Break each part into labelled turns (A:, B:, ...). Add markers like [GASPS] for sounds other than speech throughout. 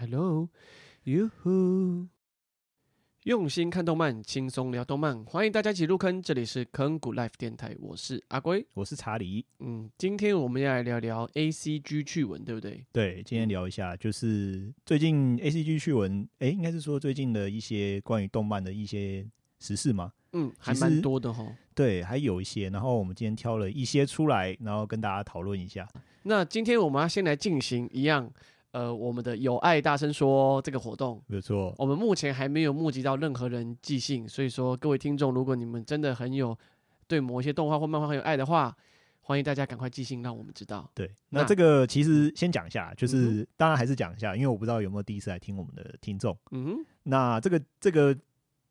A: Hello，哟呼！用心看动漫，轻松聊动漫，欢迎大家一起入坑。这里是坑谷 Life 电台，我是阿龟。
B: 我是查理。
A: 嗯，今天我们要来聊聊 A C G 趣闻，对不对？
B: 对，今
A: 嗯
B: 天聊一下，就是最近 A C G 趣闻，哎、应该是说最近的一些关于动漫的一些时事嘛。
A: 嗯，还
B: 其
A: 蛮
B: 实
A: 多的哈。
B: 对，还有一些。然后我们今天挑了一些出来，然后跟大家讨论一下。
A: 那今天我们要先来进行一样，呃，我们的有爱大声说这个活动。
B: 没有错，
A: 我们目前还没有募集到任何人寄信，所以说各位听众，如果你们真的很有对某一些动画或漫画很有爱的话，欢迎大家赶快寄信让我们知道。
B: 对。那
A: 那
B: 这个其实先讲一下，就是、
A: 嗯
B: 当然还是讲一下，因为我不知道有没有第一次来听我们的听众。
A: 嗯
B: 那这个这个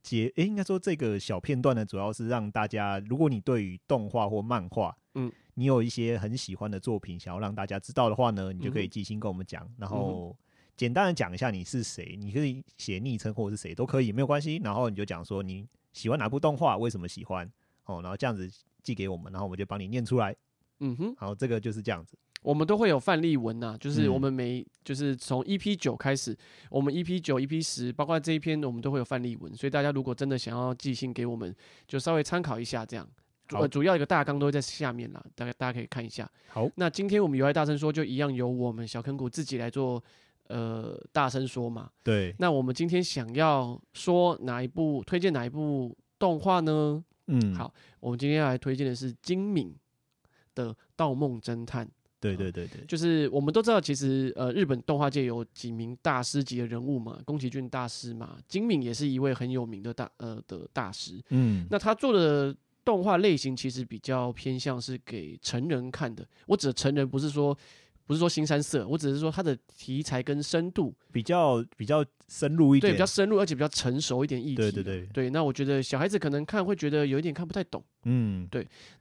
B: 节，诶，应该说这个小片段呢，主要是让大家，如果你对于动画或漫画，
A: 嗯，
B: 你有一些很喜欢的作品，想要让大家知道的话呢，你就可
A: 嗯
B: 以
A: 哼
B: 寄信跟我们讲，然
A: 哼
B: 后。简单的讲一下你是谁，你可以写昵称或者是谁都可以，没有关系。然后你就讲说你喜欢哪部动画，为什么喜欢哦，然后这样子寄给我们，然后我们就帮你念出来。
A: 嗯哼，
B: 然后这个就是这样子，
A: 我们都会有范例文呐、就是
B: 嗯
A: 我们每、就是从 EP 九开始，我们 EP 九、EP 十，包括这一篇，我们都会有范例文，所以大家如果真的想要寄信给我们，就稍微参考一下这样。主
B: 好
A: 呃主要一个大纲都会在下面啦，大概大家可以看一下。
B: 好，
A: 那今天我们有爱大声说，就一样由我们小坑谷自己来做，呃，大声说嘛。
B: 对，
A: 那我们今天想要说哪一部，推荐哪一部动画呢？
B: 嗯，
A: 好我们今天要来推荐的是金敏的《盗梦侦探》。
B: 对对对对，
A: 就是我们都知道，其实呃，日本动画界有几名大师级的人物嘛，宫崎骏大师嘛，金敏也是一位很有名的大呃的大师。
B: 嗯，
A: 那他做的动画类型其实比较偏向是给成人看的。我指的成人不是说不是说新三色，我只是说他的题材跟深度
B: 比较比较深入一
A: 对
B: 点，
A: 比较深入，而且比较成熟一点议题啊。
B: 对对对，
A: 对，那我觉得小孩子可能看会觉得有一点看不太懂。
B: 嗯，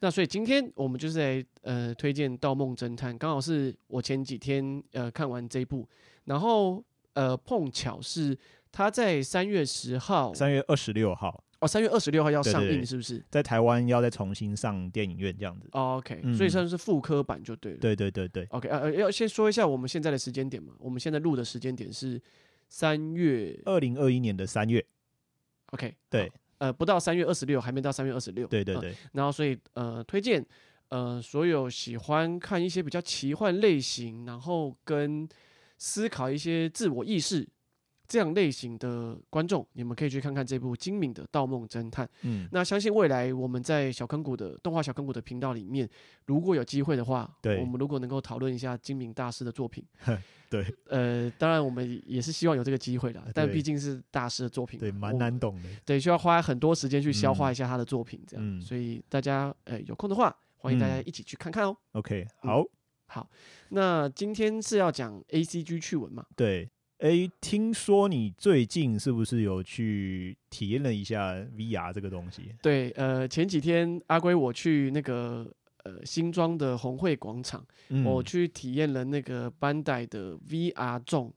A: 那所以今天我们就是来呃推荐《盗梦侦探》，刚好是我前几天呃看完这一部，然后呃碰巧是它在三月十号
B: 三月二十六号
A: 哦三月二十六号要上
B: 对对
A: 映，
B: 对
A: 是不是
B: 在台湾要再重新上电影院这样子。
A: 哦？OK，、
B: 嗯
A: 所以算是复刻版就对了。
B: 对对对对，
A: ，OK 啊、呃，要先说一下我们现在的时间点嘛，我们现在录的时间点是三月
B: 二零二一年的三月，
A: ，OK，
B: 对
A: 好呃不到三月二十六，还没到三月二十六，
B: 对对
A: 嗯
B: 对，
A: 然后所以呃推荐呃所有喜欢看一些比较奇幻类型，然后跟思考一些自我意识这样类型的观众，你们可以去看看这部精明的《盗梦侦探》。
B: 嗯，
A: 那相信未来我们在小坑谷的动画小坑谷的频道里面，如果有机会的话，
B: 对，
A: 我们如果能够讨论一下精明大师的作品
B: [LAUGHS] 对，呃
A: 呃，当然我们也是希望有这个机会的，但
B: 对
A: 毕竟是大师的作品嘛，
B: 对，蛮
A: 我
B: 难懂的。
A: 对，需要花很多时间去消化
B: 嗯
A: 一下他的作品，这样。
B: 嗯
A: 所以大家呃有空的话，欢迎大家
B: 嗯
A: 一起去看看哦。
B: OK，
A: 嗯
B: 好，
A: 好，那今天是要讲 A C G 趣闻嘛？
B: 对，哎，听说你最近是不是有去体验了一下 VR 这个东西？
A: 对，呃，前几天阿龟我去那个呃新庄的红会广场，
B: 嗯，
A: 我去体验了那个班代的 V R 众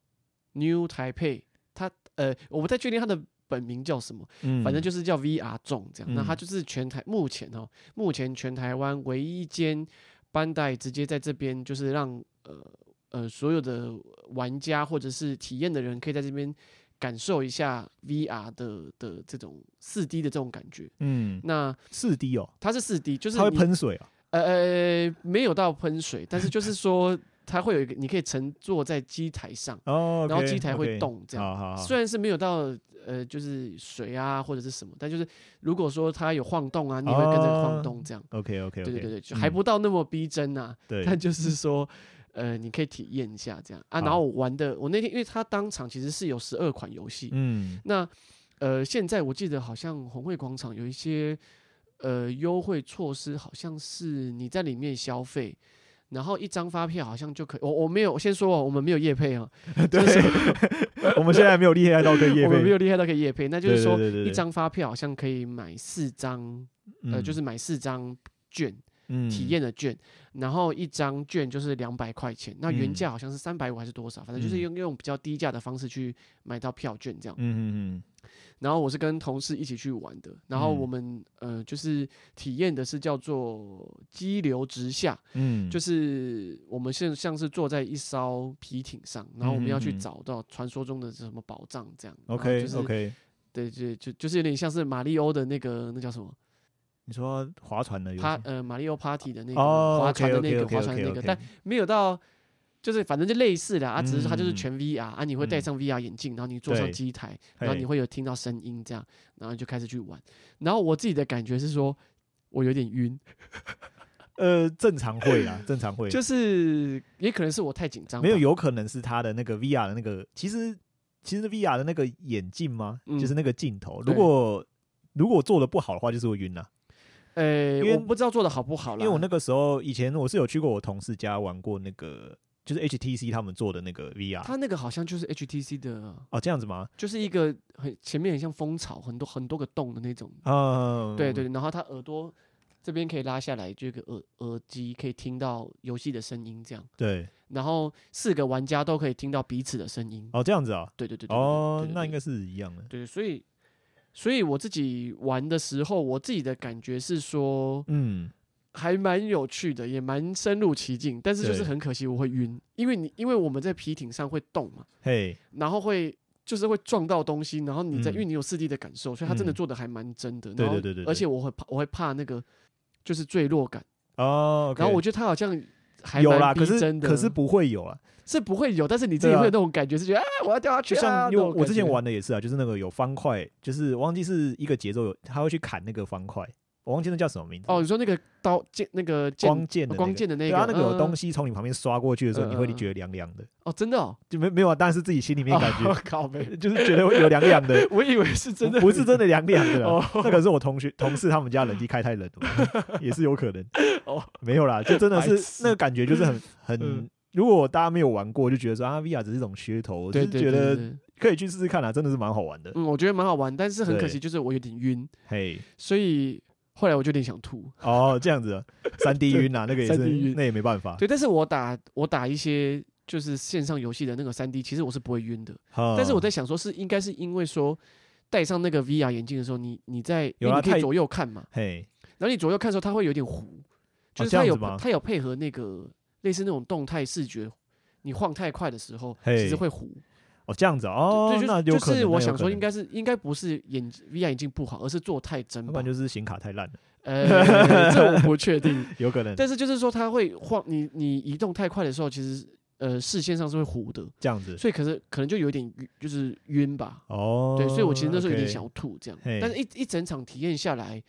A: New Taipei，它呃我不太确定它的本名叫什么，
B: 嗯，
A: 反正就是叫 VR 众这样。那它
B: 嗯
A: 就是全台目前哦，目前全台湾唯一一间班代直接在这边，就是让呃呃所有的玩家或者是体验的人可以在这边感受一下 VR 的的这种四 D 的这种感觉。
B: 嗯，
A: 那
B: 四 D 哦，
A: 它是四 D，就是
B: 它会
A: 你
B: 喷水哦，
A: 呃呃没有到喷水，但是就是说它会有一个你可以乘坐在机台
B: [LAUGHS]
A: 上，
B: 哦，
A: 然后
B: OK，
A: 机台会
B: OK，
A: 动这样。
B: 好好好，
A: 虽然是没有到呃，就是水啊或者是什么，但就是如果说它有晃动啊，你也会跟着晃
B: 哦
A: 动这样。
B: OK OK OK，
A: 对对对对，就还不
B: 嗯
A: 到那么逼真啊，但
B: 对，
A: 就是说，呃，你可以体验一下这样啊。然
B: 好
A: 后我玩的，我那天因为它当场其实是有十二款游戏，
B: 嗯，
A: 那呃，现在我记得好像红会广场有一些呃优惠措施，好像是你在里面消费。然后一张发票好像就可以，我我没有我先说哦，我们没有业配啊，
B: 对， [LAUGHS] 我们现在没有厉害到跟叶
A: 我们没
B: 飞，
A: 有厉害到可以夜配，那就是
B: 对
A: 说
B: 对对对
A: 一张发票好像可以买四张，呃，
B: 嗯
A: 就是买四张券，
B: 嗯
A: 体验的券，然后一张券就是两百块钱，那原价好像是三百五还是多少，反正就是
B: 嗯
A: 用用比较低价的方式去买到票券这样。
B: 嗯嗯
A: 然后我是跟同事一起去玩的，然后
B: 嗯
A: 我们呃就是体验的是叫做激流直下，
B: 嗯，
A: 就是是我们现像是坐在一艘皮艇上，然后我们要去
B: 嗯嗯嗯
A: 找到传说中的什么宝藏这样。然后
B: 嗯 OK
A: 啊就是
B: OK。
A: 对，就就就是有点像是马里欧的那个那叫什么
B: 你说划船的游戏
A: 趴呃马里欧 party 的那个
B: 哦，
A: 划船的那个
B: OK，OK，OK，OK，
A: 划船的那个，
B: OK，
A: 但没有到。就是反正就类似的啊，只是它就是
B: 嗯
A: 全 VR 啊，你会戴
B: 嗯
A: 上 VR 眼镜，然后你坐上
B: 对
A: 机台，然后你
B: 嘿
A: 会有听到声音这样，然后你就开始去玩。然后我自己的感觉是说，我有点晕，
B: 呃正常
A: [LAUGHS]
B: 会啦，正常会，
A: 就是也可能是我太紧张吧，
B: 没有有可能是他的那个 VR 的那个，其实其实 VR 的那个眼镜吗？
A: 嗯
B: 就是那个镜头，
A: 对
B: 如果如果做的不好的话，就是会晕啦。
A: 呃，
B: 因为
A: 我不知道做的好不好
B: 因
A: 啦，
B: 为我那个时候以前我是有去过我同事家玩过那个，就是 HTC 他们做的那个 VR。
A: 他那个好像就是 HTC 的，
B: 哦，这样子吗？
A: 就是一个很前面很像蜂巢，很多很多个洞的那种。
B: 嗯，
A: 对对，然后他耳朵这边可以拉下来，就有一个耳耳机可以听到游戏的声音这样，
B: 对，
A: 然后四个玩家都可以听到彼此的声音。
B: 哦，这样子啊，
A: 对对对对对
B: 哦
A: 对，对
B: 那
A: 对
B: 应该是一样的。
A: 对，所以所以我自己玩的时候，我自己的感觉是说
B: 嗯，
A: 还蛮有趣的，也蛮深入其境，但是就是
B: 对
A: 很可惜我会晕，因为你因为我们在皮艇上会动嘛，
B: 嘿，
A: 然后会就是会撞到东西，然后你在、
B: 嗯
A: 因为你有视力的感受，所以他真的
B: 嗯
A: 做的还蛮真的。
B: 对
A: 然后
B: 对对对对
A: 而且我会怕，我会怕那个就是坠落感。
B: 哦，
A: 然后我
B: OK
A: 觉得他好像还
B: 有
A: 蛮
B: 啦，
A: 逼
B: 可是
A: 真的，
B: 可是不会有啊，
A: 是不会有，但是你自己
B: 对啊
A: 会有那种感觉，是觉得啊我要掉下去啊。
B: 就像
A: 那
B: 因为
A: 种
B: 我之前
A: 感觉，
B: 玩的也是啊，就是那个有方块，就是我忘记是一个节奏有，他会去砍那个方块，我忘记那叫什么名字
A: 哦，你说那个刀剑那个剑哦
B: 光剑的那个
A: 光剑的那
B: 对
A: 个，
B: 啊，那个有东
A: 西
B: 西从你旁边刷过去的时候，
A: 嗯
B: 你会
A: 嗯嗯
B: 觉得凉凉的，
A: 哦，真的哦，
B: 就没没有啊，当然是自己心里面感
A: 哦
B: 觉，
A: 靠没，，
B: 就是觉得会有凉凉的
A: 我以为是真的，
B: 不是真的凉凉的
A: 哦
B: 啦。那个是我同学同事他们家冷气开太冷了
A: [LAUGHS]
B: 嘛，也是有可能。
A: 哦，
B: 没有啦，就真的
A: 白
B: 是
A: 痴
B: 那个感觉就是很
A: 嗯
B: 很。如果大家没有玩过，就觉得说啊，VR 只是一种噱头，我就
A: 对
B: 是
A: 对
B: 觉
A: 对对
B: 得
A: 对，
B: 可以去试试看啦，啊真的是蛮好玩的。
A: 嗯，我觉得蛮好玩，但是很可
B: 对
A: 惜就是我有点晕，
B: 嘿，
A: 所以后来我就有点想吐。
B: 哦，这样
A: [LAUGHS]
B: 子啊，三 D 晕啊，那个也
A: 3D 晕
B: 是，那也没办法。
A: 对，但是我打我打一些就是线上游戏的那个三 D，其实我是不会晕的。
B: 哈，
A: 但是我在想说是，应该是因为说戴上那个 VR 眼镜的时候，你你在因
B: 有
A: 为
B: 啊
A: 你可
B: 太
A: 以左右看嘛，
B: 嘿，
A: 然后你左右看的时候，它会有点糊，就是
B: 啊这
A: 它
B: 样
A: 有
B: 子吗
A: 它有配合那个类似那种动态视觉。你晃太快的时候，其
B: 嘿
A: 实会糊。
B: 哦，这样子啊哦
A: 对，，
B: 那
A: 就
B: 有
A: 是
B: 可
A: 就
B: 能
A: 是我想说，应，
B: 那有
A: 该是应该不是眼 VR 眼镜不好，而是做太真
B: 可能要不
A: 吧
B: 然。就是显卡太烂了，
A: 呃， [LAUGHS] 这我不确定。
B: 有可能
A: 但是就是说，它会晃你，你移动太快的时候，其实呃视线上是会糊的。
B: 这样子。
A: 所以可是可能就有点晕，就是晕吧。
B: 哦，
A: 对，所以我其实那时候有点
B: OK
A: 想，吐这样，
B: 嘿
A: 但是一一整场体验下来，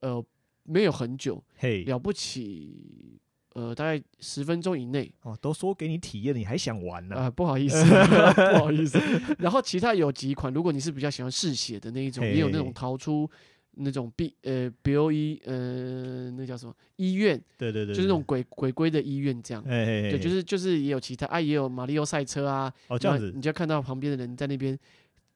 A: 呃，没有很久，
B: 嘿，
A: 了不起，呃，大概十分钟以内。
B: 哦，都说给你体验，你还想玩呢？
A: 啊、不好意
B: [LAUGHS]
A: 思，不好意思。 [LAUGHS] 然后其他有几款，如果你是比较喜欢嗜血的那一种，也有那
B: 嘿
A: 种逃出那种 B 呃 B O 医呃那叫什么医院，
B: 对对对，
A: 就是那种鬼鬼鬼的医院这样。
B: 哎，嘿嘿
A: 对，就
B: 嘿
A: 是就是也有其他啊，也有马里奥赛车啊，
B: 哦这
A: 然
B: 样
A: 后
B: 子
A: 你就看到旁边的人在那边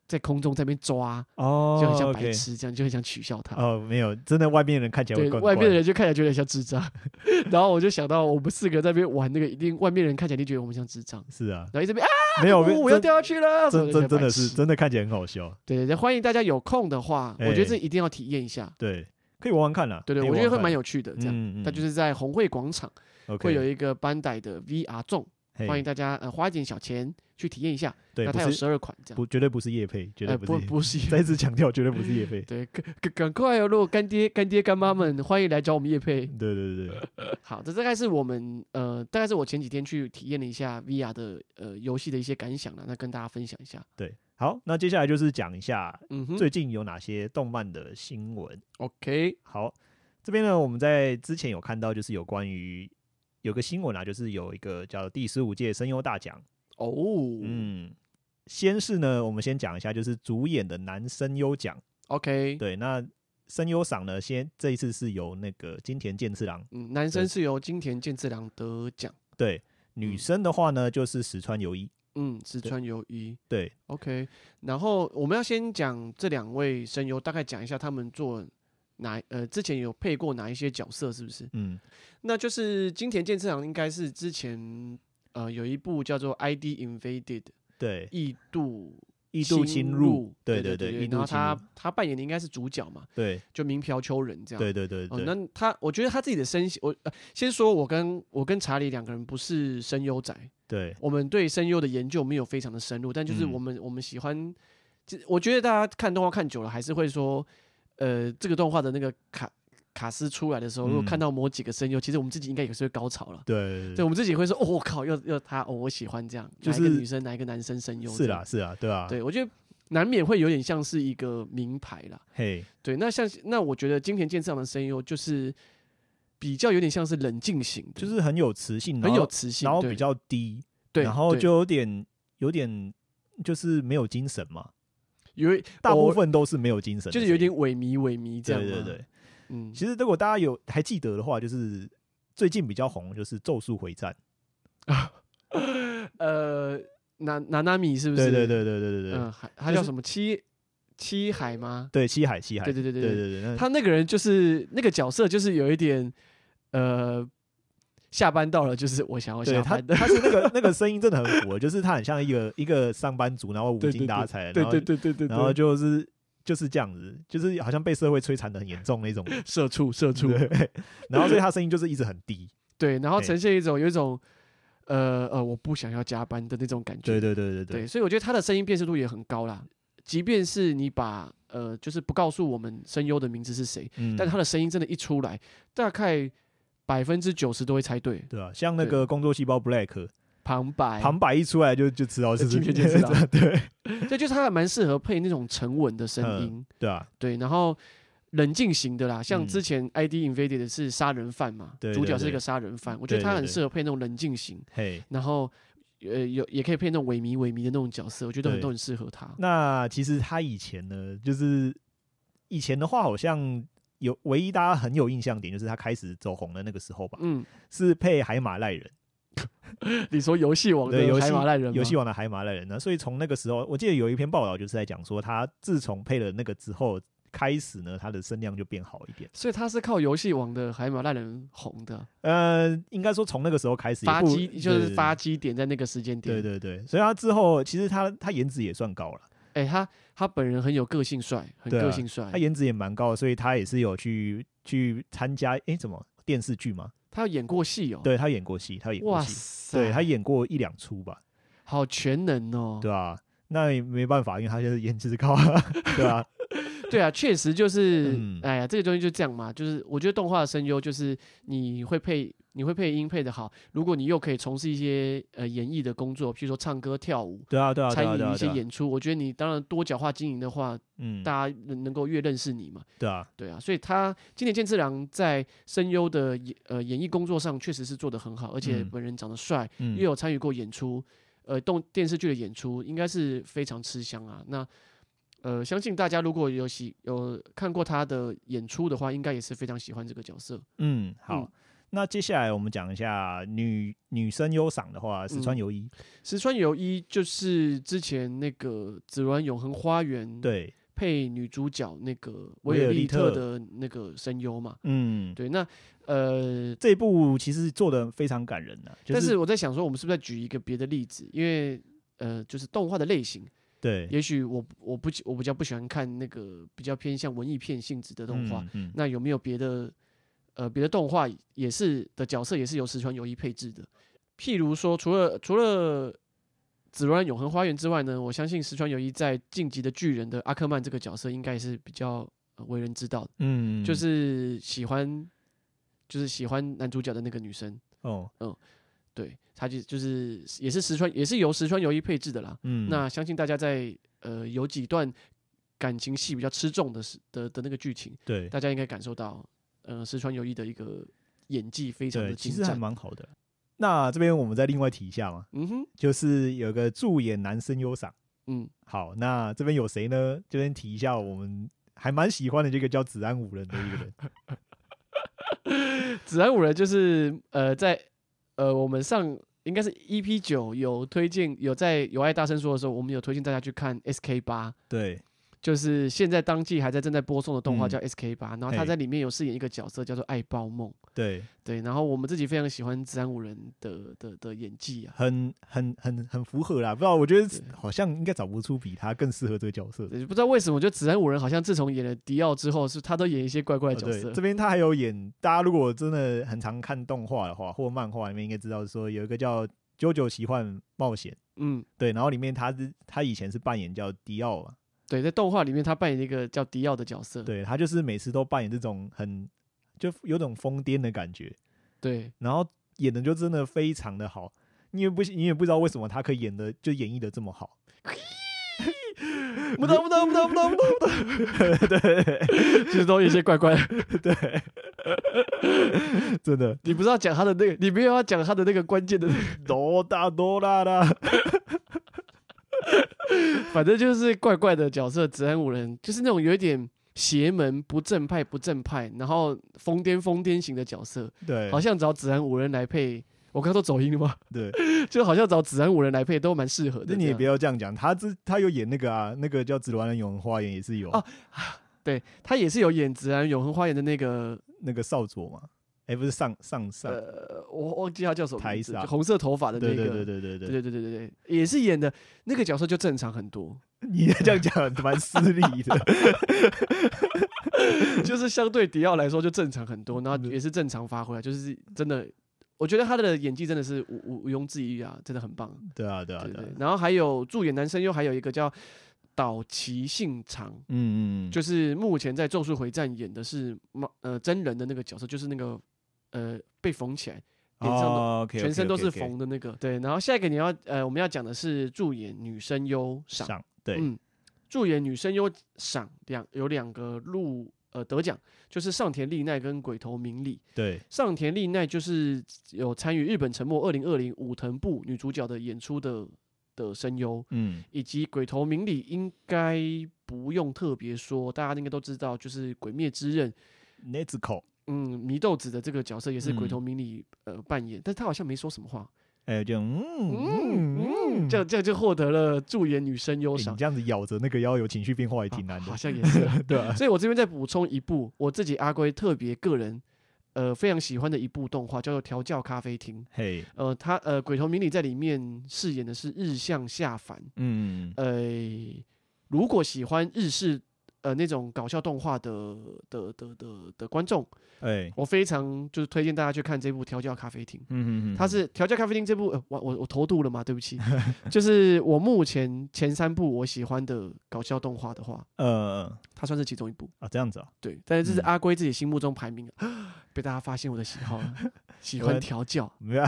A: 在空中在那边抓，
B: 哦，
A: 就很像
B: OK
A: 白痴这样，就很想取笑他。
B: 哦，没有，真的外面人看起来会
A: 对
B: 怪
A: 外面的
B: 怪
A: 人就看起来觉得像智障， [LAUGHS] 然后我就想到我们四个在那边玩那个，一定外面人看起来就觉得我们像智障，
B: 是啊，
A: 然后一直边啊，
B: 没有，
A: 我我要
B: 真
A: 掉下去了，
B: 真真真的是
A: 对
B: 真的看起来很好笑，
A: 对对，欢迎大家有空的话，我觉得
B: 哎
A: 这一定要体验一下，
B: 对，可以玩玩看啦，
A: 对对，
B: 可以
A: 我觉
B: 玩
A: 得
B: 玩
A: 会
B: 看
A: 蛮有趣的这样。
B: 嗯嗯，
A: 它就是在红会广场
B: OK，
A: 会有一个班代的 VR 众，欢迎大家呃花一点小钱去体验一下。
B: 对，
A: 那
B: 不
A: 它有
B: 是
A: 十二款这样，
B: 不绝对不是叶配，绝对
A: 呃
B: 不是
A: 不
B: 业配，
A: 不是，
B: 再次强调，绝对不是叶
A: [LAUGHS]
B: 配
A: 对，赶赶赶快哦！如果干爹、干爹、干妈们，欢迎来找我们叶配。 [LAUGHS]
B: 对对对对，
A: 好，这大概是我们呃，大概是我前几天去体验了一下 VR 的呃游戏的一些感想啦，那跟大家分享一下。
B: 对，好，那接下来就是讲一下
A: 嗯哼
B: 最近有哪些动漫的新闻。
A: ，OK，
B: 好，这边呢，我们在之前有看到，就是有关于有个新闻啊，就是有一个叫第十五届声优大奖。
A: 哦，
B: 嗯，先是呢，我们先讲一下，就是主演的男声优奖。
A: ，OK，
B: 对，那声优赏呢，先这一次是由那个金田健次郎，
A: 嗯，男生
B: 对
A: 是由金田健次郎得奖，
B: 对，女生的话呢，就是石川由依。
A: 嗯，石
B: 对
A: 川由依
B: 对，
A: ，OK。然后我们要先讲这两位声优，大概讲一下他们做哪呃之前有配过哪一些角色，是不是？
B: 嗯
A: 那就是金田健次郎应该是之前呃有一部叫做《ID Invaded》
B: 对，
A: 异度
B: 异度侵
A: 侵
B: 入，对
A: 对
B: 对
A: 对
B: 异
A: 然
B: 度
A: 后
B: 侵
A: 他
B: 入，
A: 他扮演的应该是主角嘛，
B: 对
A: 就明瓢秋人这样。
B: 对对对
A: 哦，
B: 对，
A: 那他，我觉得他自己的声线，我、呃、先说，我跟我跟查理两个人不是声优仔，
B: 对
A: 我们对声优的研究没有非常的深入，但就是
B: 嗯
A: 我们、我们喜欢，就我觉得大家看动画看久了，还是会说，呃，这个动画的那个卡卡斯出来的时候，如果看
B: 嗯
A: 到某几个声优，其实我们自己应该也是会高潮了。
B: 对
A: 对，我们自己会说，哦，我靠，又又他，哦，我喜欢这样，
B: 就
A: 哪一
B: 是
A: 个女生，哪一个男生声优，
B: 是啦，是啦，对啊，
A: 对我觉得难免会有点像是一个名牌啦。
B: 嘿，
A: 对，那像那我觉得金田健次郎的声优就是比较有点像是冷静型的，
B: 就是很有磁性，
A: 很
B: 然
A: 有
B: 后
A: 磁性，
B: 然后
A: 对
B: 比较低，
A: 对，
B: 然后
A: 对
B: 就有点有点就是没有精神嘛，
A: 有一
B: 大部
A: 我
B: 分都是没有精神的
A: 就
B: 声音，
A: 是有点萎靡萎靡这
B: 对
A: 样嘛。
B: 对对。
A: 嗯，
B: 其实如果大家有还记得的话，就是最近比较红就是《咒术回战》，
A: 呃，娜娜娜米是不
B: 对
A: 是？
B: 对对对对对对、
A: 嗯，还他
B: 就
A: 叫
B: 是
A: 什么七七海吗？
B: 对，西海西海，
A: 对对对对
B: 对对对，那
A: 他那个人就是那个角色，就是有一点呃，下班到了就是我想要
B: 对
A: 下
B: 他
A: 班的，
B: 他是那个那个声音真的很符合，就是他很像一个一个上班族，然后无
A: 对
B: 精
A: 对
B: 打采，
A: 对对对对对，
B: 然后然后
A: 对
B: 就是就是这样子，就是好像被社会摧残的很严重那种，
A: 社畜社畜，
B: 对，然后所以他声音就是一直很低，
A: 对，然后
B: 对
A: 呈现一种有一种呃呃我不想要加班的那种感觉，
B: 对对对对
A: 对，所以我觉得他的声音辨识度也很高啦。即便是你把呃，就是不告诉我们声优的名字是谁，
B: 嗯，
A: 但他的声音真的，一出来，大概百分之九十都会猜对。
B: 对啊，像那
A: 对
B: 个工作细胞 Black
A: 旁白，
B: 旁白一出来就就知道是
A: 今天就知道
B: [LAUGHS] 对
A: 对，就是他还蛮适合配那种沉稳的声
B: 嗯
A: 音，
B: 对啊，
A: 对，然后冷静型的啦，像
B: 嗯
A: 之前 ID Invaded 的是杀人犯嘛，
B: 对
A: 主角
B: 对
A: 是一
B: 对
A: 个杀人犯，我觉得
B: 对
A: 他
B: 对
A: 很
B: 对
A: 适合配那种冷静型，
B: 嘿。
A: 然后呃有也可以配那种萎靡萎靡的那种角色，我觉得很
B: 对
A: 都很适合他。
B: 那其实他以前呢，就是以前的话，好像有唯一大家很有印象点，就是他开始走红的那个时候吧，
A: 嗯，
B: 是配海马赖人，
A: 你说游戏王
B: 对游
A: 的
B: 戏
A: 海马赖人吗
B: 游戏王的海马赖人呢。所以从那个时候，我记得有一篇报道就是在讲说，他自从配了那个之后，开始呢，他的声量就变好一点。
A: 所以他是靠游戏王的海马赖人红的，
B: 呃，应该说从那个时候开始也
A: 发
B: 不
A: 基就是发。
B: 对
A: 基点在那个时间点。
B: 对对对，所以他之后其实他他颜值也算高了，
A: 哎、他他本人很有个性帅，很
B: 对啊
A: 个性帅。
B: 他颜值也蛮高的，所以他也是有去去参加诶，怎么电视剧嘛？
A: 他有演过戏哦。，
B: 对他演过戏，他演过
A: 哇
B: 戏，
A: 塞，
B: 对他演过一两出吧，
A: 好全能哦。
B: 对啊，那也没办法，因为他就是颜值高啊，
A: [LAUGHS]
B: 对啊，
A: 对啊，确实就是，
B: 嗯
A: 哎呀，这个东西就这样嘛。就是我觉得动画的声优就是你会配，你会配音配的好，如果你又可以从事一些呃演艺的工作，譬如说唱歌、跳舞。
B: 对啊，对啊，对啊，
A: 参
B: 对
A: 与
B: 啊
A: 一些
B: 对啊，
A: 演出，我觉得你当然多角化经营的话，
B: 嗯，
A: 大家能能够越认识你嘛。
B: 对啊，
A: 对啊，所以他今田健次郎在声优的演呃演艺工作上确实是做得很好，而且
B: 嗯
A: 本人长得帅，
B: 嗯
A: 又，有参与过演出，呃动电视剧的演出，应该是非常吃香啊。那呃，相信大家如果有喜有看过他的演出的话，应该也是非常喜欢这个角色。
B: 嗯，好
A: 嗯，
B: 那接下来我们讲一下女女生优赏的话，石川
A: 嗯
B: 由依，
A: 石川由依就是之前那个《紫鸾永恒花园》
B: 对，
A: 配女主角那个
B: 维
A: 维
B: 尔
A: 尔
B: 利
A: 利特
B: 特
A: 的那个声优嘛。
B: 嗯，
A: 对，那呃，
B: 这一部其实做的非常感人呐，就
A: 但是我在想说，我们是不是再举一个别的例子？因为呃，就是动画的类型，
B: 对
A: 也许我我不我比较不喜欢看那个比较偏向文艺片性质的动画。，
B: 嗯，嗯
A: 那有没有别的呃别的动画也是的角色也是由石川由一配置的？譬如说，除了除了《紫罗兰永恒花园》之外呢，我相信石川由一在《晋级的巨人》的阿克曼这个角色应该也是比较、呃为人知道的，
B: 嗯，
A: 就
B: 嗯
A: 是喜欢就是喜欢男主角的那个女生。
B: 哦，
A: 对，他就就是也是石川，也是由石川由一配置的啦。
B: 嗯，
A: 那相信大家在呃有几段感情戏比较吃重的是的的那个剧情，
B: 对
A: 大家应该感受到，呃，石川由一的一个演技非常
B: 对，
A: 的
B: 其
A: 精
B: 实还
A: 湛。
B: 蛮好的。那这边我们再另外提一下嘛，
A: 嗯哼，
B: 就是有个助演男生优赏。
A: 嗯，
B: 好，那这边有谁呢？这边提一下，我们还蛮喜欢的这个叫子安五人的一个
A: [LAUGHS]
B: 人。
A: 子安五人就是呃在呃我们上应该是 EP 九有推荐有在有爱大声说的时候，我们有推荐大家去看 SK 八。
B: 对，
A: 就是现在当季还在正在播送的动画
B: 嗯
A: 叫 S K 八，然后他
B: 嘿
A: 在里面有饰演一个角色叫做爱爆梦，
B: 对，
A: 对，然后我们自己非常喜欢子安五人的的的演技啊，
B: 很很很很符合啦。不知道，我觉得
A: 对
B: 好像应该找不出比他更适合这个角色的。
A: 对不知道为什么，我觉得子安五人好像自从演了迪奥之后，是他都演一些怪怪的角
B: 哦对，
A: 色，
B: 这边他还有演，大家如果真的很常看动画的话，或漫画里面应该知道说有一个叫《啾啾奇幻冒险》，
A: 嗯，
B: 对，然后里面他是他以前是扮演叫迪奥嘛，
A: 对，在动画里面他扮演一个叫迪奥的角色，
B: 对他就是每次都扮演这种很就有种疯癫的感觉，
A: 对
B: 然后演的就真的非常的好，你也不你也不知道为什么他可以演的就演绎的这么好， [LAUGHS]
A: 不得不得不得不得不得，[LAUGHS]
B: [LAUGHS]
A: 对，其实都有一些怪怪的。
B: 真的
A: 你不知道讲他的那个，你没有要讲他的那个关键的那个，
B: [LAUGHS] 哆哒哆
A: [LAUGHS]
B: 啦啦，
A: 反正就是怪怪的角色。子安五人就是那种有一点邪门、不正派、不正派，然后疯癫疯癫型的角色，
B: 对，
A: 好像找子安五人来配。我刚刚都走音了吗？
B: 对，
A: [LAUGHS] 就好像找子安五人来配都蛮适合的这
B: 那
A: 样。
B: 你也不要这样讲，他这他有演那个啊，那个叫《紫罗兰永恒花园》也是有
A: 哦 [LAUGHS] 对他也是有演子安永恒花园的那个，
B: 那个少佐嘛，哎、不是上上上，
A: 呃，我忘记他叫什么名字，
B: 台上啊
A: 就红色头发的那
B: 对
A: 个，
B: 对对对
A: 对
B: 对对，
A: 对对对对对，也是演的那个角色就正常很多， [LAUGHS]
B: 你这样讲蛮失礼的，
A: 就是相对迪奥来说就正常很多，然后
B: 嗯
A: 也是正常发挥啊，就是真的，我觉得他的演技真的是无无毋庸置疑啊，真的很棒。
B: 对啊对啊
A: 对
B: 对啊
A: 对，，然后还有助演男生又还有一个叫岛崎信长，
B: 嗯嗯，就
A: 就是目前在《咒术回战》演的是猫呃真人的那个角色，就是那个呃被缝起来。脸上都
B: 哦、
A: 全身都是缝的那个，对。然后下一个你要呃，我们要讲的是助演女生优赏，
B: 上，对，
A: 嗯，助演女生优赏两有两个入呃得奖，就是上田丽奈跟鬼头明里。
B: 对，
A: 上田丽奈就是有参与日本沉没二零二零武藤部女主角的演出的的声优，
B: 嗯，
A: 以及鬼头明里应该不用特别说，大家应该都知道，就是《鬼灭之刃》
B: 那只口，
A: 嗯祢豆子的这个角色也是鬼
B: 嗯
A: 头明里、呃扮演，但他好像没说什么话，
B: 哎，就嗯
A: 这样这样就获得了助演女生优
B: 哎
A: 赏
B: 你。这样子咬着那个要有情绪变化也挺
A: 啊
B: 难的
A: 好，像也是啊。
B: [LAUGHS] 对啊，
A: 所以我这边再补充一部我自己阿龟特别个人呃非常喜欢的一部动画，叫做《调教咖啡厅》。
B: 嘿，
A: 呃，他呃鬼头明里在里面饰演的是日向下凡。
B: 嗯，
A: 呃，如果喜欢日式呃那种搞笑动画的的的的的观众，
B: 哎，
A: 我非常就是推荐大家去看这部《调教咖啡厅》。
B: 嗯嗯，
A: 它是《调教咖啡厅》这部，呃、我我我投毒了嘛？对不
B: [LAUGHS]
A: 起，就是我目前前三部我喜欢的搞笑动画的话，
B: 呃
A: 它算是其中一部。
B: 啊这样子啊，
A: 对，但是这是
B: 嗯
A: 阿龟自己心目中排名， [GASPS] 被大家发现我的喜好 [LAUGHS] 了，喜欢
B: 我
A: 调
B: [LAUGHS]
A: 教。
B: 没有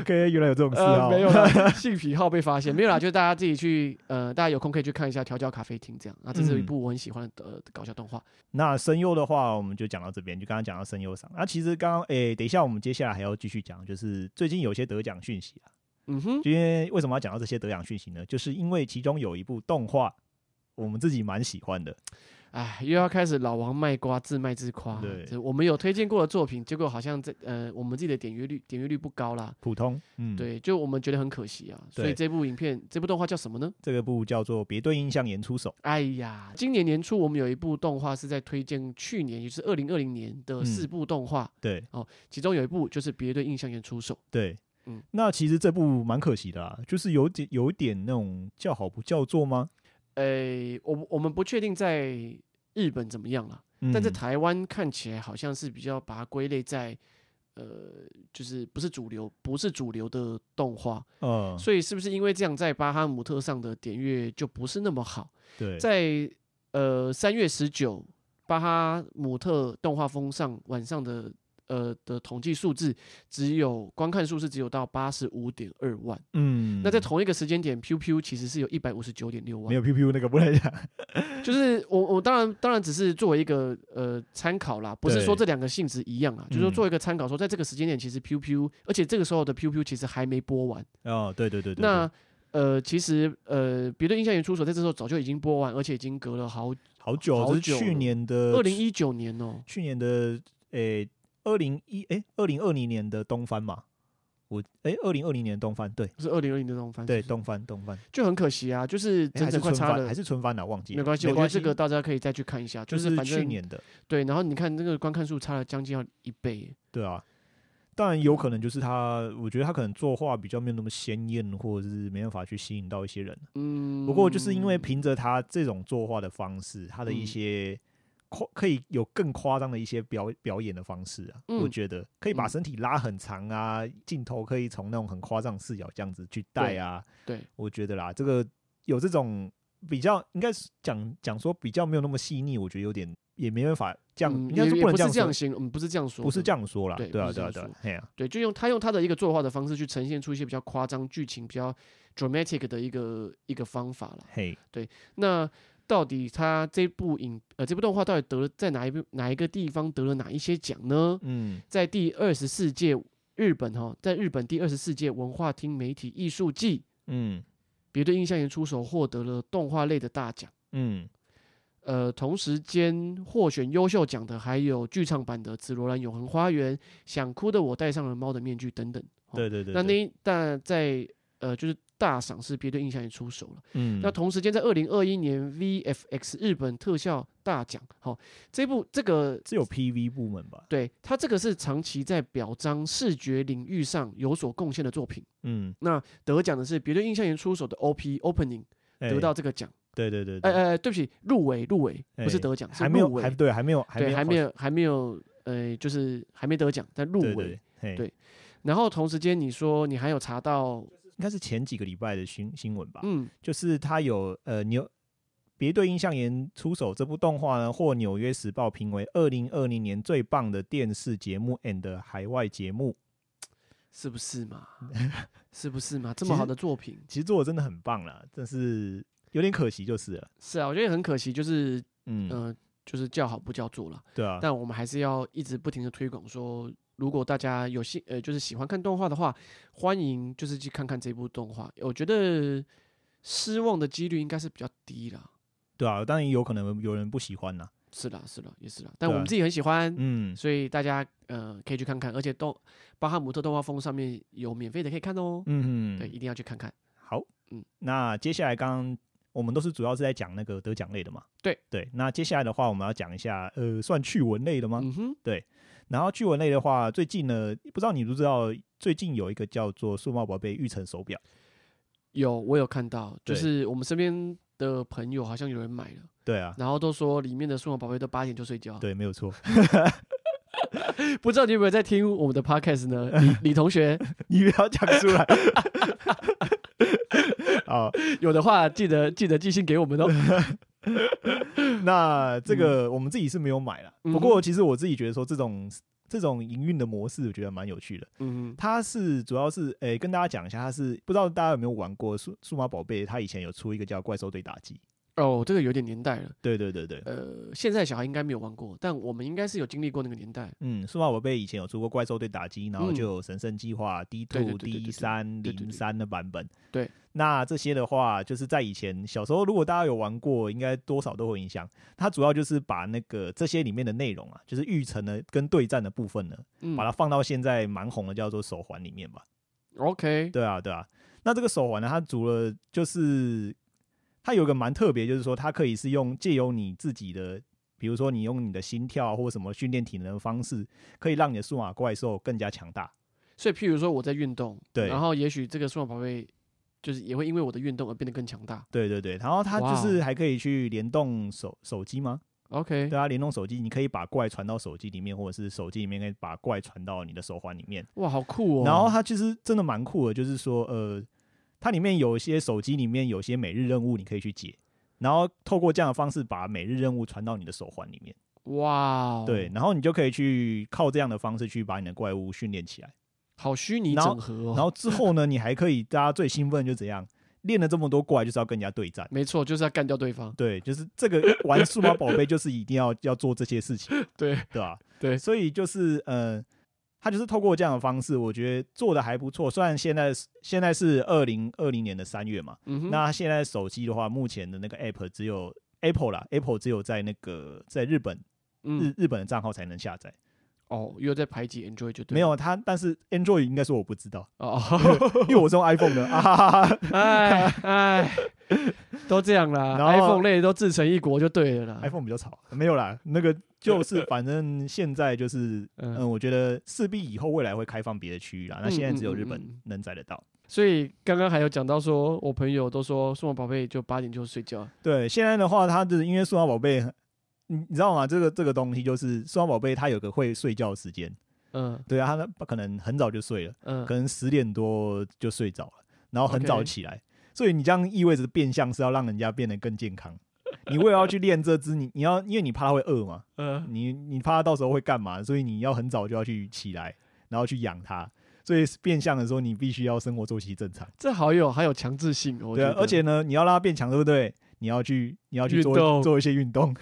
B: ，OK，原来有这种事啊，
A: 呃，没有啦， [LAUGHS] 性癖好被发现，没有啦，就是大家自己去，呃，大家有空可以去看一下《调教咖啡厅》这样啊，这是一
B: 嗯
A: 部我很喜欢的、呃、搞笑动画。
B: 那声优的话，我们就讲到这边，就刚刚讲到声优赏。那、其实刚刚，诶、等一下，我们接下来还要继续讲，就是最近有一些得奖讯息啊。
A: 嗯哼，
B: 就因为为什么要讲到这些得奖讯息呢？就是因为其中有一部动画，我们自己蛮喜欢的。
A: 哎，又要开始老王卖瓜，自卖自夸。
B: 对
A: 就是我们有推荐过的作品，结果好像在呃我们自己的点阅率点阅率不高啦。
B: 普通，嗯，，
A: 对，就我们觉得很可惜啊，所以
B: 对
A: 这部影片这部动画叫什么呢？
B: 这个部叫做《别对印象演出手》。
A: 哎呀，今年年初我们有一部动画是在推荐去年，也就是二零二零年的四
B: 嗯
A: 部动画，
B: 对
A: 其中有一部就是《别对印象员出手》，
B: 对，
A: 嗯
B: 那其实这部蛮可惜的啦，就是有点有点那种叫好不叫座吗？
A: 诶，哎我不我们不确定在日本怎么样了，
B: 嗯、
A: 但在台湾看起来好像是比较把它归类在，呃，就是不是主流，不是主流的动画，
B: 呃，
A: 所以是不是因为这样，在巴哈姆特上的点阅就不是那么好？
B: 对，
A: 在呃三月十九巴哈姆特动画风上晚上的呃的统计数字，只有观看数是只有到八十五点二万。
B: 嗯，
A: 那在同一个时间点，Q Q 其实是有一百五十九点六
B: 没
A: 万，
B: 有 PPU 那个不能讲，
A: 就是我我当然当然只是作为一个呃参考啦，不是说这两个性质一样啊，就是说
B: 嗯
A: 作为一个参考，说在这个时间点其实 Q Q，而且这个时候的 Q Q 其实还没播完，
B: 哦，对对对对，
A: 那
B: 对
A: 呃其实呃别的印象研出所在这时候早就已经播完，而且已经隔了好
B: 好久，
A: 好
B: 这是
A: 久
B: 去
A: 了
B: 年的
A: 二零一九年哦、
B: 去年的诶二零一诶二零二零年的东番嘛，我哎，二零二零年东翻，对
A: 是二零二零的那种翻，
B: 对，
A: 是不是
B: 东翻东翻，
A: 就很可惜啊，就是
B: 哎
A: 整
B: 还是
A: 整快
B: 春
A: 差
B: 翻还
A: 了。
B: 是春翻了，忘记了
A: 没关系，我觉得这个大家可以再去看一下，
B: 就
A: 反
B: 去
A: 正
B: 年的，
A: 对，然后你看这个观看数差了将近要一倍耶，
B: 对啊。当然有可能就是他，我觉得他可能作画比较没有那么鲜艳，或者是没办法去吸引到一些人。
A: 嗯。
B: 不过就是因为凭着他这种作画的方式，他的一
A: 嗯
B: 些夸可以有更夸张的一些表表演的方式啊，我
A: 嗯
B: 觉得可以把
A: 嗯
B: 身体拉很长啊，镜头可以从那种很夸张的视角这样子去带啊，
A: 对对
B: 我觉得啦，这个有这种比较应该是讲讲说比较没有那么细腻，我觉得有点也没办法这样，
A: 嗯
B: 应该
A: 也
B: 说
A: 也
B: 不能
A: 是这
B: 样说，
A: 形容，嗯，不是这样说，
B: 不是这，样说啦，
A: 对
B: 对啊
A: 不是
B: 对啊
A: 这
B: 对
A: 样
B: 啊，嘿啊，
A: 对，就用他用他的一个作画的方式去呈现出一些比较夸张、剧情比较 dramatic 的一个一个方法了。
B: 嘿，
A: 那到底他这部影呃这部动画到底得了在哪一部哪一个地方得了哪一些奖呢？
B: 嗯
A: 在第二十四届日本哈、在日本第二十四届文化厅媒体艺术季，
B: 嗯
A: 别对印象岩出手获得了动画类的大奖。
B: 嗯，
A: 呃，同时间获选优秀奖的还有剧场版的《紫罗兰永恒花园》、《想哭的我戴上了猫的面具》等等。哦
B: 对对对，
A: 那
B: 对
A: 那一但在呃就是大赏是别对印象也出手了。
B: 嗯
A: 那同时间在二零二一年 VFX 日本特效大奖，好、这部这个
B: 只有 PV 部门吧，
A: 对它这个是长期在表彰视觉领域上有所贡献的作品。
B: 嗯，
A: 那得奖的是别对印象岩出手的 OP Opening
B: 哎
A: 得到这个奖，
B: 对对对，
A: 哎
B: 对
A: 哎、哎对不起，入围入围不是
B: 哎
A: 得奖，是
B: 还没有
A: 入，围
B: 还对，还没有，
A: 对，还没
B: 有
A: 有还没有呃，就是还没得奖，但入
B: 好
A: 围。
B: 对对，嘿
A: 对然后同时间你说你还有查到，
B: 应该是前几个礼拜的新新闻吧，
A: 嗯，
B: 就是他有呃纽别对印象岩出手这部动画呢，获《纽约时报》评为二零二零年最棒的电视节目 and 海外节目。
A: 是不是
B: [LAUGHS]
A: 嘛？是不是嘛？这
B: 其
A: 么好
B: 实
A: 的作品，
B: 其实做的真的很棒啦，但是有点可惜就是了。
A: 是啊，我觉得很可惜，就是
B: 嗯，
A: 呃，就是叫好不叫座了。
B: 对啊，
A: 但我们还是要一直不停的推广说。如果大家有兴呃，就是喜欢看动画的话，欢迎就是去看看这部动画。我觉得失望的几率应该是比较低啦，
B: 对啊，当然有可能有人不喜欢啦。
A: 是啦，是啦，也是啦。但
B: 对
A: 我
B: 啊
A: 们自己很喜欢，
B: 嗯，
A: 所以大家呃可以去看看，而且动巴哈姆特动画风上面有免费的可以看哦，
B: 嗯
A: 对，，一定要去看看。
B: 好，
A: 嗯
B: 嗯，那接下来刚刚我们都是主要是在讲那个得奖类的嘛，
A: 对
B: 对。那接下来的话，我们要讲一下，呃，算趣闻类的吗？
A: 嗯哼，
B: 然后趣闻类的话，最近呢，不知道你知不知道，最近有一个叫做《数码宝贝育成手表》，
A: 有我有看到，就
B: 对
A: 是我们身边的朋友好像有人买了，
B: 对啊，
A: 然后都说里面的数码宝贝都八点就睡觉。，
B: 对，没有错。 [LAUGHS]
A: 不知道你有没有在听我们的 podcast 呢？李李同学
B: 你不要讲出来。哦，
A: 有的话记得记得寄信给我们哦。
B: [LAUGHS] 那这个我们自己是没有买了，
A: 嗯嗯哼
B: 不过其实我自己觉得说这种这种营运的模式，我觉得蛮有趣的。
A: 嗯哼，
B: 它是主要是诶、跟大家讲一下，它是不知道大家有没有玩过数数码宝贝，它以前有出一个叫怪兽对打机。
A: 哦，这个有点年代了，
B: 对对对对，
A: 呃，现在小孩应该没有玩过，但我们应该是有经历过那个年代。
B: 嗯，数码宝贝以前有出过怪兽对打击，然后
A: 嗯
B: 就有神圣计划 D
A: 对对
B: two
A: 对对对
B: D
A: 对
B: 三
A: 对对
B: 零三的版本。
A: 对，
B: 那这些的话，就是在以前小时候，如果大家有玩过，应该多少都会有影响。它主要就是把那个这些里面的内容啊，就是育成的跟对战的部分呢，
A: 嗯
B: 把它放到现在蛮红的叫做手环里面吧。
A: ，OK，
B: 对啊，对啊。那这个手环呢，它除了就是它有一个蛮特别，就是说它可以是用借由你自己的，比如说你用你的心跳啊或什么训练体能的方式，可以让你的数码怪兽更加强大。
A: 所以，譬如说我在运动，
B: 对
A: 然后也许这个数码宝贝就是也会因为我的运动而变得更强大。
B: 对对对，然后它
A: 哇哦
B: 就是还可以去联动手手机吗？
A: OK，
B: 对啊，联动手机，你可以把怪传到手机里面，或者是手机里面可以把怪传到你的手环里面。
A: 哇，好酷哦！
B: 然后它其实真的蛮酷的，就是说，呃，它里面有一些手机里面有些每日任务你可以去解，然后透过这样的方式把每日任务传到你的手环里面，
A: 哇哦，
B: 对，然后你就可以去靠这样的方式去把你的怪物训练起来。
A: 好虚拟
B: 然后
A: 整合哦。
B: 然后之后呢，你还可以，大家最兴奋就怎样，练了这么多怪就是要跟人家对战。
A: 没错，就是要干掉对方。
B: 对，就是这个玩数码宝贝就是一定要要做这些事情，
A: 对
B: 对吧、
A: 对
B: 所以就是呃，他就是透过这样的方式，我觉得做的还不错。虽然现在是现在是二零二零年的三月嘛，
A: 嗯哼，
B: 那现在手机的话，目前的那个 App 只有 Apple 啦，Apple 只有在那个在日本日
A: 嗯
B: 日本的账号才能下载。
A: 哦，又在排挤 Android 就对了，
B: 没有它，但是 Android 应该说我不知道，
A: 哦，
B: 因为我是用
A: [LAUGHS]
B: iPhone 的啊哈哈哈
A: 哎哎，
B: [LAUGHS]
A: 都这样啦
B: 然后
A: ，iPhone 类都自成一国就对了啦。
B: ，iPhone 比较吵，没有啦，那
A: [LAUGHS]
B: 个就是反正现在就是，
A: 嗯
B: 嗯，我觉得势必以后未来会开放别的区域啦，那现在只有
A: 嗯嗯
B: 日
A: 嗯
B: 本
A: 嗯
B: 能载得到。
A: 所以刚刚还有讲到说，我朋友都说数码宝贝就八点就睡觉，
B: 对，现在的话，它的因为数码宝贝，你你知道吗？这个这个东西就是数码宝贝，它有个会睡觉的时间，
A: 嗯
B: 对啊，它可能很早就睡了，
A: 嗯
B: 可，能十点多就睡着了，然后很
A: OK
B: 早起来所以你这样意味着变相是要让人家变得更健康。你为了要去练这只，你你要因为你怕它会饿嘛，
A: 嗯
B: 你你怕它到时候会干嘛，所以你要很早就要去起来，然后去养它。所以变相的说，你必须要生活作息正常。
A: 这好有还有强制性，哦我觉
B: 对啊
A: 得，，
B: 而且呢，你要让它变强，对不对？你要去你要去
A: 运
B: 做
A: 动
B: 做一些运动，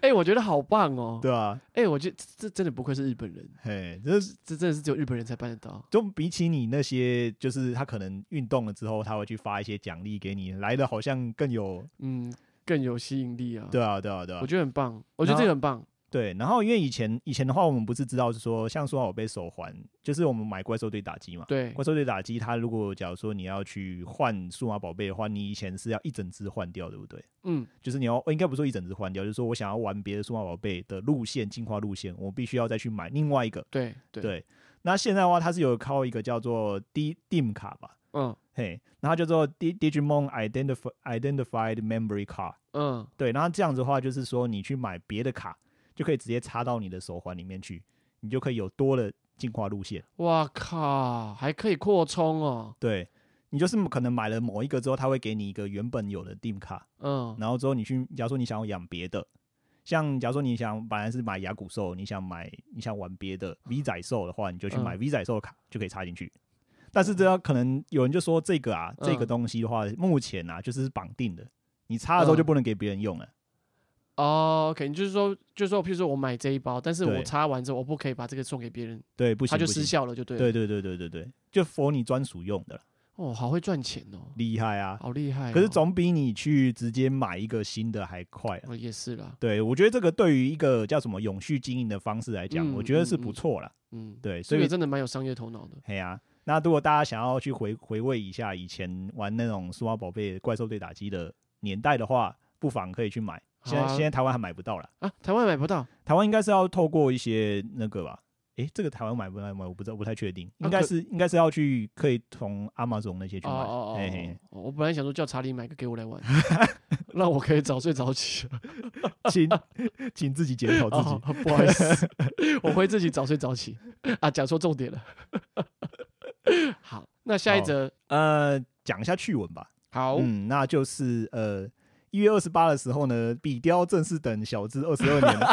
A: 哎，我觉得好棒哦，
B: 对啊，
A: 哎，我觉得这这真的不愧是日本人，
B: 嘿，就是
A: 这真的是只有日本人才办得到，
B: 就比起你那些，就是他可能运动了之后，他会去发一些奖励给你，来的好像更有，
A: 嗯，更有吸引力啊，
B: 对啊，对啊，对啊
A: 我，觉得很棒，我觉得这个很棒，
B: 对。然后因为以前以前的话，我们不是知道是说，像说我被手环，就是我们买怪兽对打机嘛，
A: 对
B: 怪兽对打机，它如果假如说你要去换数码宝贝的话，你以前是要一整只换掉，对不对？
A: 嗯
B: 就是你要应该不是说一整只换掉，就是说我想要玩别的数码宝贝的路线进化路线，我必须要再去买另外一个。
A: 对对，
B: 对，那现在的话，它是有靠一个叫做 D DIM 卡吧，
A: 嗯
B: 嘿，然后它叫做 D Digimon Identif Identified Memory Card。
A: 嗯
B: 对，然后这样子的话，就是说你去买别的卡，就可以直接插到你的手环里面去，你就可以有多的进化路线。
A: 哇靠，还可以扩充哦，
B: 对，你就是可能买了某一个之后，它会给你一个原本有的 DIM 卡，
A: 嗯
B: 然后之后你去，假如说你想要养别的，像假如说你想本来是买牙骨兽，你想买你想玩别的 V 仔兽的话，你就去买
A: 嗯
B: V 仔兽的卡、就可以插进去。但是这要可能有人就说这个啊，这个
A: 嗯
B: 东西的话，目前啊就是绑定的，你插的时候就
A: 嗯
B: 不能给别人用了。
A: 哦，OK，你就是说，就是说，譬如说我买这一包，但是我
B: 对
A: 插完之后，我不可以把这个送给别人，
B: 对，不行，
A: 它就
B: 不
A: 失
B: 行。
A: 效了，就对了。
B: 对对对对对对，就 for 你专属用的啦，
A: 哦，好会赚钱哦，
B: 厉害啊！
A: 好厉害哦。
B: 可是总比你去直接买一个新的还快啊。
A: 哦也是啦，
B: 对，我觉得这个对于一个叫什么永续经营的方式来讲，我
A: 嗯
B: 觉得
A: 嗯
B: 是不
A: 嗯
B: 错啦。
A: 嗯，
B: 对，所
A: 这
B: 以
A: 个真的蛮有商业头脑的。
B: 嘿呀、那如果大家想要去回回味一下以前玩那种数码宝贝、怪兽对打机的年代的话，不妨可以去买。现在、
A: 好啊
B: 现在台湾还买不到了，
A: 啊，台湾买不到，
B: 台湾应该是要透过一些那个吧？诶，这个台湾买不买？我不知道，我不太确定。
A: 啊
B: 应该
A: 可
B: 是、应该是要去可以从 Amazon 那些去
A: 哦
B: 买。
A: 哦哦
B: 嘿
A: 哦
B: 嘿，
A: 哦我本来想说叫查理买个给我来
B: [LAUGHS]
A: 玩，让我可以早睡早起。啊
B: 请
A: [LAUGHS]
B: 请自己检讨自己。
A: 哦，不好意思，
B: [LAUGHS]
A: 我会自己早睡早起啊，讲错重点了。好，那下一
B: 好
A: 则，
B: 呃，讲一下趣闻吧。
A: 好，
B: 嗯，那就是呃。一月二十八的时候呢，比雕正式等小智二十二年了。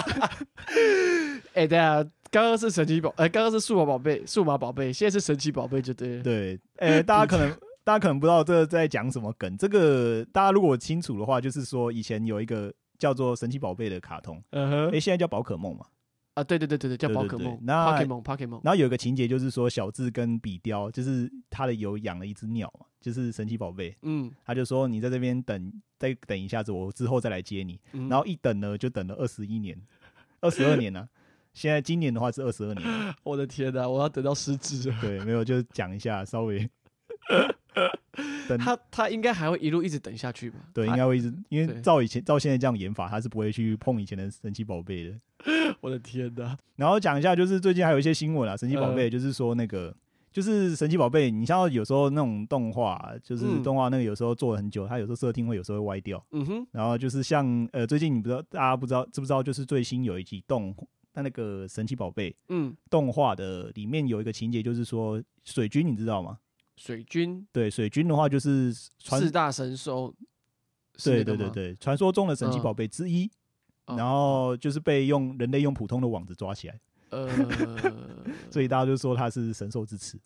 A: 哎、等一下，刚刚是神奇宝，呃，刚刚是数码宝贝，数码宝贝，现在是神奇宝贝，就对了。
B: 对，呃，大家可能大家可能不知道这在讲什么梗。这个大家如果清楚的话，就是说以前有一个叫做神奇宝贝的卡通，
A: 嗯
B: 诶，
A: 哼，
B: 现在叫宝可梦嘛。
A: 啊，对对对对对，叫
B: 对
A: 宝
B: 对
A: 可
B: 对
A: 梦
B: 那
A: ，Pokemon，Pokemon，
B: 然后有一个情节就是说小智跟比雕，就是他的有养了一只鸟嘛，就是神奇宝贝，
A: 嗯，
B: 他就说你在这边等，再等一下子，我之后再来接你。
A: 嗯
B: 然后一等呢，就等了二十一年，二十二年呢、现在今年的话是二十二年，
A: 我的天哪、我要等到失智了。
B: 对，没有就是讲一下，稍微等
A: 他他应该还会一路一直等下去吧？
B: 对，
A: 他
B: 应该会一直，因为
A: 对
B: 照以前照现在这样演法，他是不会去碰以前的神奇宝贝的。
A: 我的天哪、
B: 然后讲一下，就是最近还有一些新闻啊，神奇宝贝
A: 呃
B: 就是说那个，就是神奇宝贝，你像有时候那种动画，就是
A: 嗯
B: 动画那个有时候做了很久，它有时候设定会有时候会歪掉。
A: 嗯哼，
B: 然后就是像呃，最近你不知道大家不知道知不知道，就是最新有一集动那那个神奇宝贝
A: 嗯，
B: 动画的里面有一个情节，就是说水军你知道吗？
A: 水军
B: 对，水军的话就是传
A: 四大神兽，是那
B: 对
A: 个
B: 对对
A: 吗，
B: 对，传说中的神奇
A: 嗯
B: 宝贝之一。
A: 哦
B: 然后就是被用人类用普通的网子抓起来，
A: 呃，
B: [LAUGHS] 所以大家就说它是神兽之齿。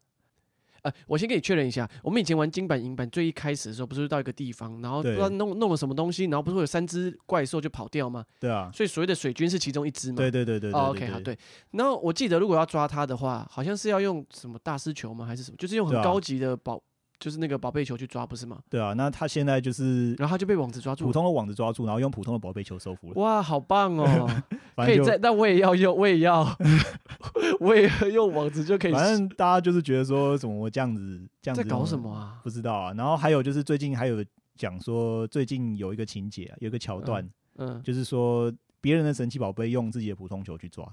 A: 呃，我先给你确认一下，我们以前玩金版银版最一开始的时候，不是到一个地方，然后不知道
B: 对
A: 弄弄了什么东西，然后不是会有三只怪兽就跑掉吗？
B: 对啊，
A: 所以所谓的水军是其中一只嘛？
B: 对对对对
A: 哦
B: 对
A: ，OK，
B: 对
A: 好，
B: 对，
A: 对。然后我记得，如果要抓它的话，好像是要用什么大师球吗？还是什么？就是用
B: 对
A: 很
B: 啊
A: 高级的宝，就是那个宝贝球去抓，不是吗？
B: 对啊。那它现在就是
A: 然后它就被网子抓住
B: 普。通的网子抓住，然后用普通的宝贝球收服了。
A: 哇，好棒哦！
B: [LAUGHS] 反
A: 可
B: 正
A: 以
B: 就
A: 再，那我也要用，我也
B: [LAUGHS]
A: 要，我也要用网子就可以。
B: 反正大家就是觉得说怎么我这样子这样
A: 在
B: 子
A: 搞
B: 用
A: 什么啊？
B: 不知道啊。然后还有就是最近还有讲说，最近有一个情节啊，有一个桥段，
A: 嗯，
B: 就是说别人的神奇宝贝用自己的普通球去抓。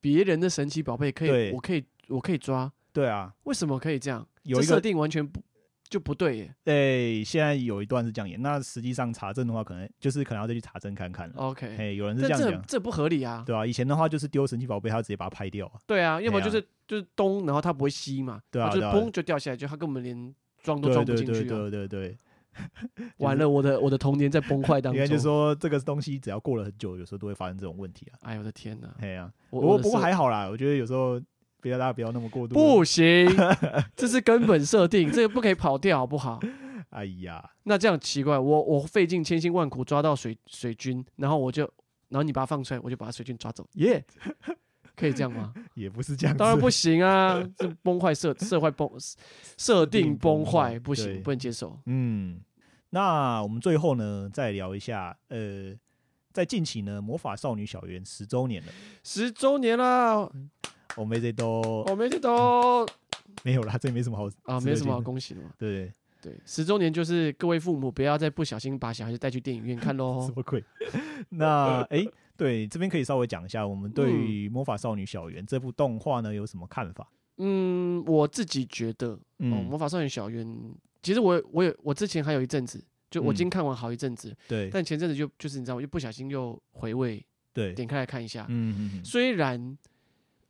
A: 别人的神奇宝贝可以，
B: 对
A: 我可以，我可以抓，
B: 对啊，
A: 为什么可以这样？
B: 有
A: 这
B: 一
A: 设
B: 个
A: 定完全不就不对耶。
B: 诶、现在有一段是这样演，那实际上查证的话，可能就是可能要再去查证看看了。哎、
A: 哦 OK，
B: 有人是
A: 但
B: 这
A: 这
B: 样讲，
A: 这不合理啊。
B: 对啊，以前的话就是丢神奇宝贝，他直接把它拍掉啊。
A: 对啊，要么
B: 对啊
A: 就是就是咚，然后它不会吸嘛，
B: 对啊
A: 它就
B: 对啊
A: 嘣就掉下来，就它根本连装都
B: 对
A: 装不
B: 对
A: 进
B: 对
A: 去啊。
B: 对对对，
A: 完了，我的我的童年在崩坏当
B: 应
A: 中
B: 该。就是说这个东西只要过了很久，有时候都会发生这种问题啊。
A: 哎呦我的天哪！
B: 哎呀、
A: 我
B: 不
A: 我
B: 过
A: 的
B: 不过
A: 设
B: 还好啦，我觉得有时候不要大家不要那么过度。
A: 不，
B: [LAUGHS]
A: 行，这是根本设定，这个不可以跑掉，好不好？
B: 哎呀，
A: 那这样奇怪，我我费尽千辛万苦抓到水水军，然后我就，然后你把它放出来，我就把它水军抓走，耶、可以这样
B: [LAUGHS]
A: 吗？
B: 也不是这样子。
A: 当然不行啊，这崩坏设设坏崩设定
B: 定
A: 崩
B: 崩
A: 坏
B: 坏
A: 不
B: 对
A: 行，不能接受。
B: 嗯，那我们最后呢，再聊一下，呃，在近期呢，《魔法少女小圆》十周年了，
A: 十周年啦，
B: 我们这都
A: 我们这
B: 哦
A: 都
B: 没有啦，这没什么好
A: 啊，
B: 值得
A: 没什么
B: 庆
A: 好
B: 祝
A: 恭喜的嘛。
B: 对，
A: 对，十周年就是各位父母不要再不小心把小孩子带去电影院看喽
B: [LAUGHS] 什。么鬼？那诶，对，这边可以稍微讲一下，我们
A: 嗯
B: 对于《魔法少女小圆》这部动画呢有什么看法？
A: 嗯，我自己觉得，哦，
B: 嗯，
A: 魔法少女小圆，其实我我有我之前还有一阵子，就我
B: 嗯
A: 今天看完好一阵子，
B: 对
A: 但前阵子就就是你知道，我就不小心又回味
B: 对，
A: 点开来看一下。
B: 嗯嗯
A: 虽然，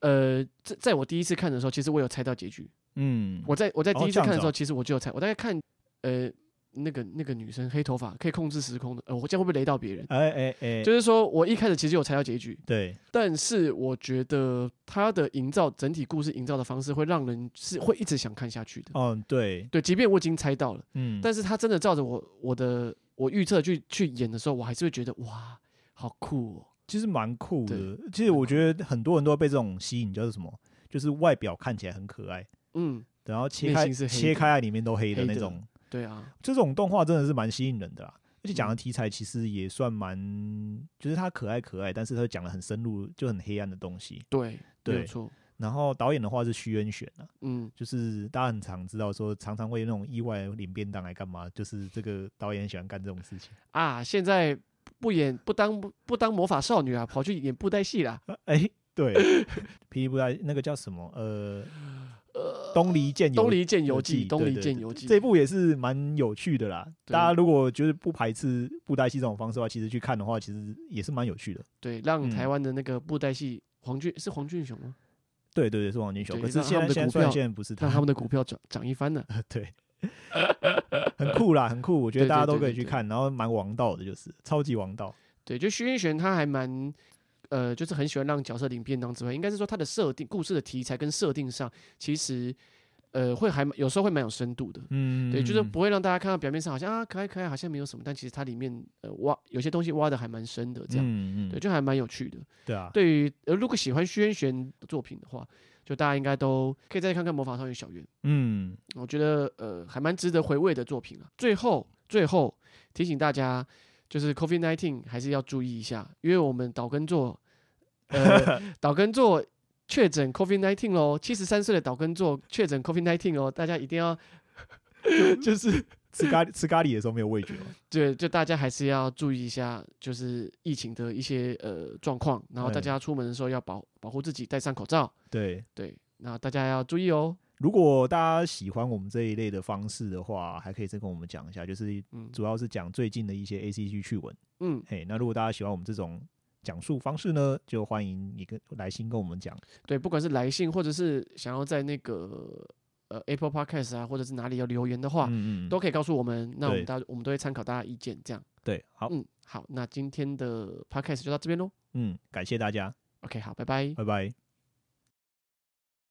A: 呃，在在我第一次看的时候，其实我有猜到结局。
B: 嗯，
A: 我在我在第
B: 哦
A: 一次
B: 这样
A: 看的
B: 子
A: 时候，
B: 哦
A: 其实我就有猜，我大概看，呃，那个那个女生黑头发可以控制时空的，呃，我这样会不会雷到别人？
B: 哎哎哎，
A: 就是说我一开始其实有猜到结局，
B: 对，
A: 但是我觉得它的营造整体故事营造的方式会让人是会一直想看下去的。
B: 嗯对，
A: 对，即便我已经猜到了，
B: 嗯，
A: 但是他真的照着我我的我预测去去演的时候，我还是会觉得哇，好酷哦。
B: 其实蛮酷
A: 对
B: 的。其实我觉得很多人都被这种吸引，叫做什么？就是外表看起来很可爱，
A: 嗯，
B: 然后切
A: 内
B: 开
A: 心是黑
B: 切
A: 的
B: 开来里面都黑的
A: 黑
B: 那
A: 的
B: 种，
A: 对啊，
B: 这种动画真的是蛮吸引人的啦。而且讲的
A: 嗯
B: 题材其实也算蛮，就是它可爱可爱，但是它讲的很深入，就很黑暗的东西。
A: 对，没有
B: 对
A: 错。
B: 然后导演的话是徐恩选啊，
A: 嗯，
B: 就是大家很常知道说，常常会有那种意外领便当来干嘛，就是这个导演很喜欢干这种事情。
A: 啊，现在不演不当不当魔法少女啊，跑去演布袋戏啦。
B: 哎、
A: [LAUGHS]
B: 对，霹雳布袋那个叫什么？呃，东篱剑游
A: 呃东离剑游记，
B: 记
A: 东
B: 对
A: 离
B: 对
A: 剑
B: 对
A: 游记
B: 这一部也是蛮有趣的啦。
A: 对
B: 大家如果就是不排斥布袋戏这种方式的话，其实去看的话，其实也是蛮有趣的。
A: 对，让
B: 嗯
A: 台湾的那个布袋戏黄俊是黄俊雄吗？
B: 对对对，是王金雄。
A: 对
B: 可是
A: 让
B: 现
A: 他们
B: 在
A: 的股
B: 现在虽然
A: 票
B: 现在不是
A: 让他
B: 他，
A: 们的股票涨涨一
B: [LAUGHS]
A: 番呢。 [LAUGHS]
B: 对，很酷啦，很酷。我觉得
A: 对
B: 大家
A: 对
B: 都
A: 对
B: 可以
A: 对
B: 去
A: 对
B: 看，然后蛮王道的，就是超级王道。
A: 对，就徐云璇他还蛮。呃，就是很喜欢让角色领便当之外，应该是说他的设定、故事的题材跟设定上，其实呃会还蛮有时候会蛮有深度的。
B: 嗯，
A: 对，就是不会让大家看到表面上好像啊可爱可爱，好像没有什么，但其实它里面呃挖有些东西挖的还蛮深的，这样、
B: 嗯嗯，
A: 对，就还蛮有趣的。
B: 对啊，
A: 对于呃如果喜欢薛玄的作品的话，就大家应该都可以再看看《魔法少女小圆》，
B: 嗯，
A: 我觉得呃还蛮值得回味的作品啊。最后最后提醒大家，就是 COVID nineteen 还是要注意一下，因为我们岛根座
B: [LAUGHS]
A: 呃岛根座。确诊 COVID nineteen 喽，七十三岁的岛根座确诊 COVID nineteen 哦，大家一定要就是
B: 吃咖喱吃咖喱的时候没有味觉嘛。
A: 对，就大家还是要注意一下，就是疫情的一些呃状况，然后大
B: 嗯
A: 家出门的时候要保保护自己，戴上口罩。
B: 对，
A: 对，那大家要注意哦。
B: 如果大家喜欢我们这一类的方式的话，还可以再跟我们讲一下，就是
A: 嗯
B: 主要是讲最近的一些 A C G 趣闻。
A: 嗯，
B: 嘿，那如果大家喜欢我们这种讲述方式呢，就欢迎你跟来信跟我们讲。
A: 对，不管是来信或者是想要在那个呃 Apple Podcast 啊，或者是哪里要留言的话，
B: 嗯嗯，
A: 都可以告诉我们。那我们
B: 对
A: 大我们都会参考大家意见，这样。
B: 对，好，
A: 嗯，好，那今天的 Podcast 就到这边喽。
B: 嗯，感谢大家，
A: OK，好，拜拜。
B: 拜拜。